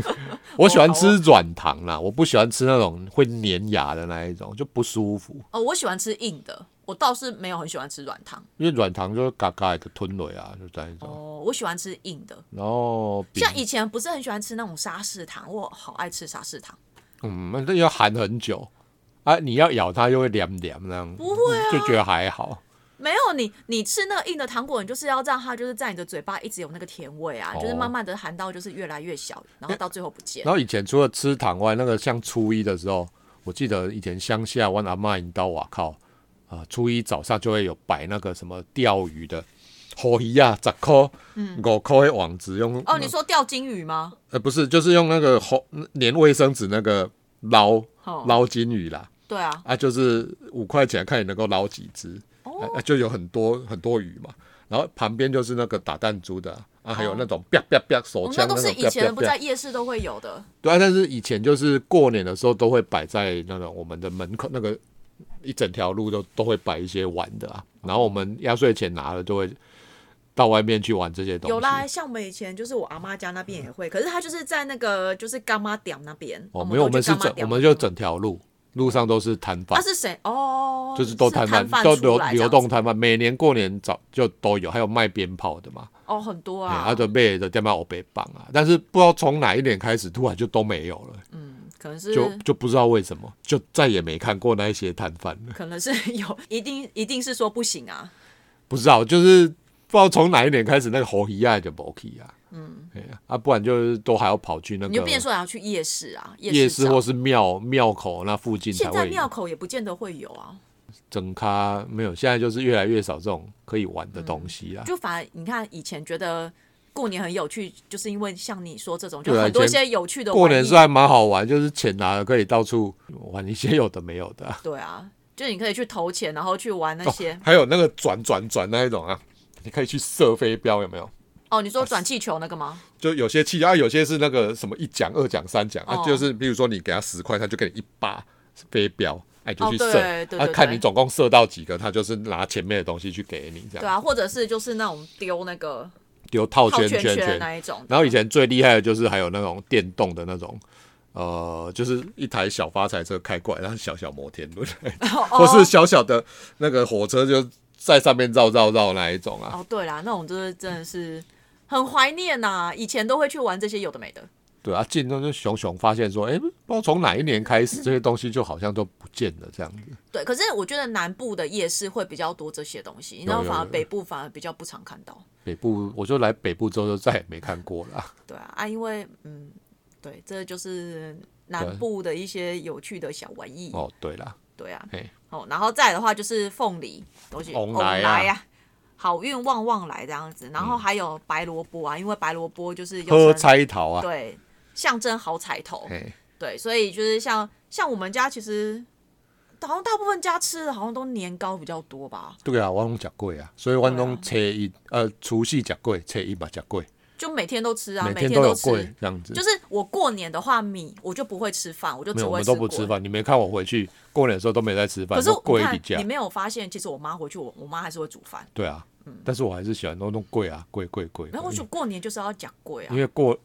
Speaker 2: 我喜欢
Speaker 1: 啊
Speaker 2: 吃软糖啦，我不喜欢吃那种会粘牙的那一种，就不舒服。
Speaker 1: 哦，我喜欢吃硬的，我倒是没有很喜欢吃软糖。
Speaker 2: 因为软糖就是嘎嘎一个吞蕊啊，就这样一种。
Speaker 1: 哦，我喜欢吃硬的，
Speaker 2: 然后饼，
Speaker 1: 像以前不是很喜欢吃那种沙士糖，我好爱吃沙士糖。
Speaker 2: 嗯，那要含很久啊，你要咬它又会凉凉那样，
Speaker 1: 不会啊
Speaker 2: 就觉得还好。
Speaker 1: 没有你，你吃那个硬的糖果，你就是要让它就是在你的嘴巴一直有那个甜味啊，
Speaker 2: 哦
Speaker 1: 就是慢慢的含到就是越来越小，然后到最后不见。
Speaker 2: 然后以前除了吃糖外，那个像初一的时候，我记得以前乡下我阿妈引到我靠啊，初一早上就会有摆那个什么钓鱼的。好鱼啊，十块，五块的网子用
Speaker 1: 嗯哦，你说钓金鱼吗？
Speaker 2: 呃，不是，就是用那个红粘卫生纸那个捞
Speaker 1: 哦
Speaker 2: 捞金鱼啦，
Speaker 1: 对啊，
Speaker 2: 啊，就是五块钱看你能够捞几只，
Speaker 1: 哦
Speaker 2: 啊，啊就有很多很多鱼嘛。然后旁边就是那个打弹珠的啊，啊还有那种啪啪啪手
Speaker 1: 我们哦那
Speaker 2: 枪
Speaker 1: 都是
Speaker 2: 种
Speaker 1: 以
Speaker 2: 啪
Speaker 1: 前的，
Speaker 2: 啪
Speaker 1: 不在
Speaker 2: 啪。
Speaker 1: 夜市都会有的。
Speaker 2: 对啊，但是以前就是过年的时候都会摆在那种我们的门口那个一整条路都都会摆一些玩的啊。
Speaker 1: 哦
Speaker 2: 然后我们压岁钱拿了就会到外面去玩这些东西。
Speaker 1: 有啦，像我们以前就是我阿妈家那边也会，可是她就是在那个就是干妈点那边。
Speaker 2: 哦，没有，我
Speaker 1: 都
Speaker 2: 们
Speaker 1: 去
Speaker 2: 是
Speaker 1: 干妈
Speaker 2: 整，
Speaker 1: 店
Speaker 2: 我们就。整条路路上都是摊
Speaker 1: 他。
Speaker 2: 贩
Speaker 1: 啊是谁？哦，
Speaker 2: 就是都摊贩，
Speaker 1: 贩
Speaker 2: 都
Speaker 1: 出
Speaker 2: 流
Speaker 1: 来这
Speaker 2: 流
Speaker 1: 样
Speaker 2: 动
Speaker 1: 子
Speaker 2: 摊贩，每年过年早就都有，还有卖鞭炮的嘛，
Speaker 1: 哦，很多
Speaker 2: 嘿
Speaker 1: 啊。
Speaker 2: 啊，就被的电报被绑啊，但是不知道从哪一年开始，突然就都没有了，
Speaker 1: 嗯可能是
Speaker 2: 就就不知道为什么，就再也没看过那一些摊贩了，
Speaker 1: 可能是有，一定一定是说不行啊。
Speaker 2: 不知道就是不知道从哪一年开始，那个猴皮啊就没去啊，嗯，哎呀，啊，不然就是都还要跑去那
Speaker 1: 你就变成
Speaker 2: 个
Speaker 1: 说要去夜市啊，
Speaker 2: 啊夜
Speaker 1: 市
Speaker 2: 市
Speaker 1: 找
Speaker 2: 或是庙庙口那附近才
Speaker 1: 现在
Speaker 2: 会
Speaker 1: 庙口也不见得会有啊，
Speaker 2: 整咖没有，现在就是越来越少这种可以玩的东西啊啦。
Speaker 1: 嗯就反而你看以前觉得过年很有趣，就是因为像你说这种，就
Speaker 2: 对啊
Speaker 1: 很多一
Speaker 2: 以前
Speaker 1: 些有趣的
Speaker 2: 过
Speaker 1: 玩
Speaker 2: 年
Speaker 1: 意
Speaker 2: 是啊还蛮好玩，就是钱拿了可以到处玩一些有的没有的、啊，
Speaker 1: 对啊，就你可以去投钱，然后去玩
Speaker 2: 哦
Speaker 1: 那些
Speaker 2: 还有那个转转转那一种啊，你可以去射飞镖，有没有？
Speaker 1: 哦，你说转气球那个吗？
Speaker 2: 就有些气啊，有些是那个什么一奖、二奖、三奖、
Speaker 1: 哦
Speaker 2: 啊，就是比如说你给他十块，他就给你一把飞镖，哎、你就去
Speaker 1: 哦对
Speaker 2: 射，
Speaker 1: 对对
Speaker 2: 啊，
Speaker 1: 对
Speaker 2: 看你总共射到几个，他就是拿前面的东西去给你，这
Speaker 1: 对
Speaker 2: 样
Speaker 1: 啊，或者是就是那种丢那个
Speaker 2: 丢套
Speaker 1: 套
Speaker 2: 圈
Speaker 1: 圈
Speaker 2: 哦圈
Speaker 1: 圈哎
Speaker 2: 圈。
Speaker 1: 那一种的，
Speaker 2: 然后以前最厉害的就是还有那种电动的那种，呃，就是一台小发财车开过来，然后小小摩天轮。
Speaker 1: 哦
Speaker 2: 或是小小的那个火车就在上面绕绕绕那一种啊。
Speaker 1: 哦对啦，那种就是真的是很怀念呐、以前都会去玩这些有的没的。
Speaker 2: 对啊，进中就熊熊发现说，哎、不知道从哪一年开始，这些东西就好像都不见了这样子。
Speaker 1: 对，可是我觉得南部的夜市会比较多这些东西，然
Speaker 2: 有
Speaker 1: 后
Speaker 2: 有
Speaker 1: 反而
Speaker 2: 有
Speaker 1: 北部反而比较不常看到。
Speaker 2: 北部，我就来北部之后就再也没看过了。
Speaker 1: 对啊，啊，因为嗯，对，这就是
Speaker 2: 对啊
Speaker 1: 南部的一些有趣的小玩意。
Speaker 2: 哦，对啦，
Speaker 1: 对啊，
Speaker 2: 嘿，
Speaker 1: 哦，然后再来的话就是凤梨东西，
Speaker 2: 旺
Speaker 1: 哦
Speaker 2: 来啊嗯
Speaker 1: 啊，好运旺旺来这样子。然后还有白萝卜啊，因为白萝卜就是有
Speaker 2: 喝
Speaker 1: 成
Speaker 2: 猜桃啊，
Speaker 1: 对象征好彩头。
Speaker 2: 嘿，
Speaker 1: 对，所以就是像像我们家其实。好像大部分家吃的好像都年糕比较多吧，
Speaker 2: 对啊，我拢食过啊，所以我
Speaker 1: 对
Speaker 2: 拢
Speaker 1: 啊
Speaker 2: 初一，呃，除夕食过，初一嘛食过，
Speaker 1: 就每天都吃啊，
Speaker 2: 每
Speaker 1: 每
Speaker 2: 天都有
Speaker 1: 吃。
Speaker 2: 过这样子
Speaker 1: 就。是我过年的话，米我就不会吃饭，我就
Speaker 2: 没
Speaker 1: 只
Speaker 2: 有，我
Speaker 1: 会
Speaker 2: 们
Speaker 1: 吃
Speaker 2: 都
Speaker 1: 果
Speaker 2: 不吃。饭。你没看我回去过年的时候都没在吃饭，
Speaker 1: 可是
Speaker 2: 都跪
Speaker 1: 你
Speaker 2: 一底
Speaker 1: 看，
Speaker 2: 价
Speaker 1: 你。没有发现，其实我妈回去，我我妈还是会煮饭。
Speaker 2: 对啊，但是我还是喜欢弄弄贵啊，贵贵贵。
Speaker 1: 嗯然后我就过年就是要讲贵啊
Speaker 2: 因，为过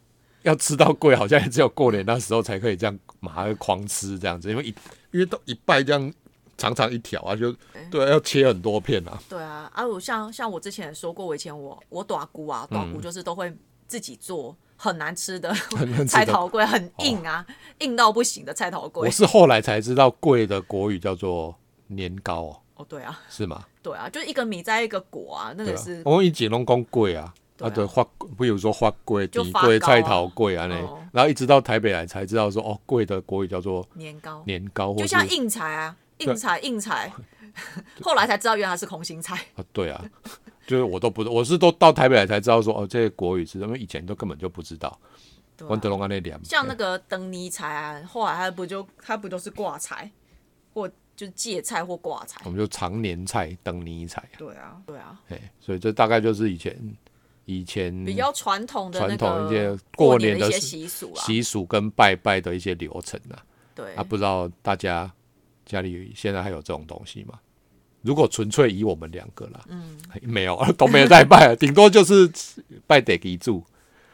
Speaker 2: 要吃到贵，好像也只有过年那时候才可以这样马上狂吃这样子，因为一因为都一拜这样长长一条啊，就
Speaker 1: 嗯
Speaker 2: 对啊，要切很多片啊。
Speaker 1: 对啊，啊，我像像我之前说过，我以前我我短菇啊，短菇就是都会自己做 很难吃的
Speaker 2: 难吃的
Speaker 1: 菜头粿，很硬啊，硬到不行的菜头
Speaker 2: 我
Speaker 1: 粿。
Speaker 2: 是后来才知道贵的国语叫做年糕哦，
Speaker 1: 哦，对啊，
Speaker 2: 是吗？
Speaker 1: 对啊，就一个米再一个果啊，那
Speaker 2: 对
Speaker 1: 个
Speaker 2: 啊
Speaker 1: 是，
Speaker 2: 我们以前拢讲贵啊。
Speaker 1: 对
Speaker 2: 啊，
Speaker 1: 啊
Speaker 2: 对，花，比如说花贵、
Speaker 1: 就
Speaker 2: 底
Speaker 1: 发
Speaker 2: 贵、
Speaker 1: 糕啊
Speaker 2: 菜头贵啊，那、
Speaker 1: 哦
Speaker 2: 然后一直到台北来才知道说，哦，贵的国语叫做
Speaker 1: 年糕，
Speaker 2: 年糕，或
Speaker 1: 就是像硬菜啊，硬菜硬 菜，后来才知道原来是空心菜。
Speaker 2: 啊，对啊， 就是我都不，我是都到台北来才知道说，哦，这些国语是，因为以前都根本就不知道，
Speaker 1: 对啊
Speaker 2: 我德龙安那两，
Speaker 1: 像那个灯泥菜啊，后来它不就它不都是挂菜，或就芥菜或挂菜
Speaker 2: 我？们就常年菜、等泥菜，
Speaker 1: 对啊，对啊，
Speaker 2: 哎，所以这大概就是以前以前
Speaker 1: 比较传统的那
Speaker 2: 嗯传统一些
Speaker 1: 个
Speaker 2: 过
Speaker 1: 年
Speaker 2: 的
Speaker 1: 一些
Speaker 2: 习
Speaker 1: 习俗啦。
Speaker 2: 习俗跟拜拜的一些流程啊。
Speaker 1: 对
Speaker 2: 啊，不知道大家家里现在还有这种东西吗？如果纯粹以我们两个啦，嗯，没有都没有在拜，啊 顶多就是拜得给住，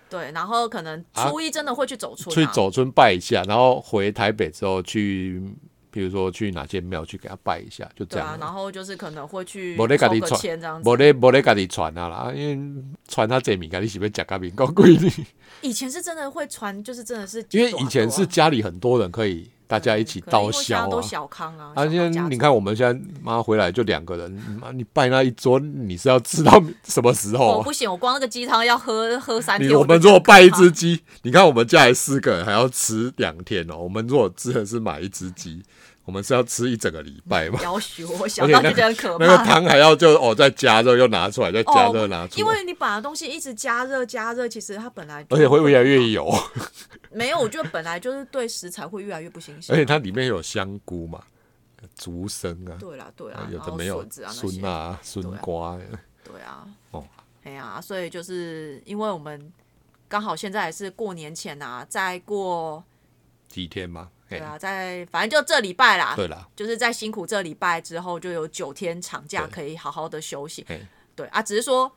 Speaker 1: 对，然后可能初一真的会去走村、啊，
Speaker 2: 去走村拜一下，然后回台北之后去，比如说去哪间庙去给他拜一下，就这
Speaker 1: 对
Speaker 2: 样
Speaker 1: 啊，
Speaker 2: 了。
Speaker 1: 然后就是可能会去
Speaker 2: 没
Speaker 1: 抽
Speaker 2: 得
Speaker 1: 个
Speaker 2: 自己传
Speaker 1: 签这样子
Speaker 2: 无。咧无咧，家己传啊啦，因为传他这物件，你是要食甲面够 贵哩。
Speaker 1: 以前是真的会传，就是真的是
Speaker 2: 因为
Speaker 1: 几朵
Speaker 2: 以
Speaker 1: 啊
Speaker 2: 前是
Speaker 1: 对啊
Speaker 2: 家里很多人可以大家一起
Speaker 1: 可能因
Speaker 2: 到
Speaker 1: 为现在
Speaker 2: 宵
Speaker 1: 都
Speaker 2: 啊。
Speaker 1: 小康啊，小
Speaker 2: 啊，
Speaker 1: 康
Speaker 2: 现
Speaker 1: 家
Speaker 2: 在你
Speaker 1: 族
Speaker 2: 看我们现在妈回来就两个人，妈你拜那一桌，你是要吃到什么时候
Speaker 1: 哦
Speaker 2: 啊？
Speaker 1: 不行，我光那个鸡汤要喝喝三
Speaker 2: 你
Speaker 1: 天。
Speaker 2: 我们
Speaker 1: 就
Speaker 2: 如果
Speaker 1: 觉得
Speaker 2: 拜一
Speaker 1: 可怕
Speaker 2: 只鸡，你看我们家里四个人还要吃两天哦。我们如果真的是买一只鸡，我们是要吃一整个礼拜嘛。
Speaker 1: 要许我
Speaker 2: 而
Speaker 1: 想
Speaker 2: 且
Speaker 1: 到
Speaker 2: 那
Speaker 1: 就觉得很可
Speaker 2: 那个
Speaker 1: 怕。
Speaker 2: 汤还要就哦，再加热又拿出来，再加热拿
Speaker 1: 哦，
Speaker 2: 出
Speaker 1: 因
Speaker 2: 来，
Speaker 1: 为你把东西一直加热加热，其实它本来就
Speaker 2: 而且会越来越油。
Speaker 1: 没有，我觉得本来就是对食材会越来越不新
Speaker 2: 而
Speaker 1: 鲜。
Speaker 2: 且它里面有香菇嘛，竹参啊，
Speaker 1: 对啦对
Speaker 2: 啊
Speaker 1: 啦，
Speaker 2: 有
Speaker 1: 然
Speaker 2: 的
Speaker 1: 后
Speaker 2: 没有
Speaker 1: 笋子啊那
Speaker 2: 笋
Speaker 1: 些，
Speaker 2: 啊、笋
Speaker 1: 对啊
Speaker 2: 瓜啊，
Speaker 1: 对啊，
Speaker 2: 哦，
Speaker 1: 哎呀、所以就是因为我们刚好现在也是过年前啊，再过
Speaker 2: 几天嘛。
Speaker 1: 对
Speaker 2: 嘿
Speaker 1: 啊，在反正就这礼拜啦，
Speaker 2: 哎对啦，
Speaker 1: 就是在辛苦这礼拜之后，就有九天长假
Speaker 2: 对哎
Speaker 1: 可以好好的休息。
Speaker 2: 嘿
Speaker 1: 对啊，只是说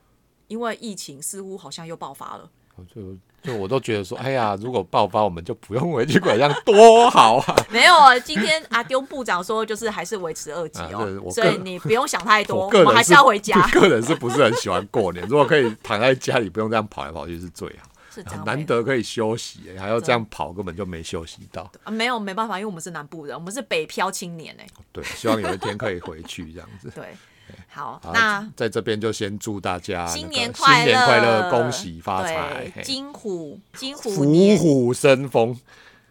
Speaker 1: 因为疫情似乎好像又爆发了，
Speaker 2: 我就就我都觉得说，哎呀， 如果爆发，我们就不用回去管，这样多好啊！
Speaker 1: 没有啊。今天阿丢部长说就是还是维持二级
Speaker 2: 啊对
Speaker 1: 哦，
Speaker 2: 我
Speaker 1: 所以
Speaker 2: 个
Speaker 1: 你不用想太多，
Speaker 2: 我
Speaker 1: 我
Speaker 2: 个
Speaker 1: 们还
Speaker 2: 人，
Speaker 1: 是要回家
Speaker 2: 个人是不是很喜欢过年？如果可以躺在家里，不用这样跑来跑去是最好。
Speaker 1: 是这样
Speaker 2: 很
Speaker 1: 没
Speaker 2: 难得可以休息、还要这样跑，根本就没休息到。
Speaker 1: 啊，没有没办法，因为我们是南部人，我们是北漂青年哎、
Speaker 2: 对，希望有一天可以回去这样子。
Speaker 1: 对，好，
Speaker 2: 好
Speaker 1: 那。
Speaker 2: 在这边就先祝大家那
Speaker 1: 新
Speaker 2: 个
Speaker 1: 年
Speaker 2: 新
Speaker 1: 快
Speaker 2: 年
Speaker 1: 乐，
Speaker 2: 快乐，恭喜发财，
Speaker 1: 对
Speaker 2: 嘿
Speaker 1: 金虎金虎
Speaker 2: 虎
Speaker 1: 年，
Speaker 2: 虎生风，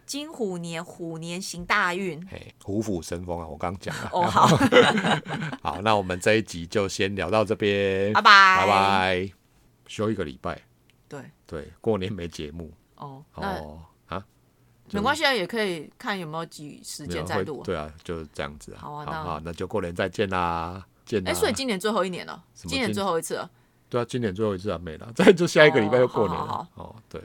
Speaker 1: 金虎年，虎年行大运。
Speaker 2: 嘿，虎虎生风啊！我刚讲了。
Speaker 1: 哦，好，
Speaker 2: 好，那我们这一集就先聊到这边，
Speaker 1: 拜拜
Speaker 2: 拜拜，休一个礼拜，
Speaker 1: 对，
Speaker 2: 对，过年没节目
Speaker 1: 哦，那
Speaker 2: 哦啊，
Speaker 1: 没关系，啊，也可以看有没有几时
Speaker 2: 没有
Speaker 1: 间再
Speaker 2: 会
Speaker 1: 录啊。
Speaker 2: 对啊，就是这样子啊，
Speaker 1: 好啊那
Speaker 2: 好，那就过年再见啦，见啦，
Speaker 1: 哎，所以今年最后一年了，
Speaker 2: 么
Speaker 1: 今年
Speaker 2: 今
Speaker 1: 最后一次了。
Speaker 2: 对啊，今年最后一次啊，没了，再就下一个礼拜就过年
Speaker 1: 哦好
Speaker 2: 了，哦，对，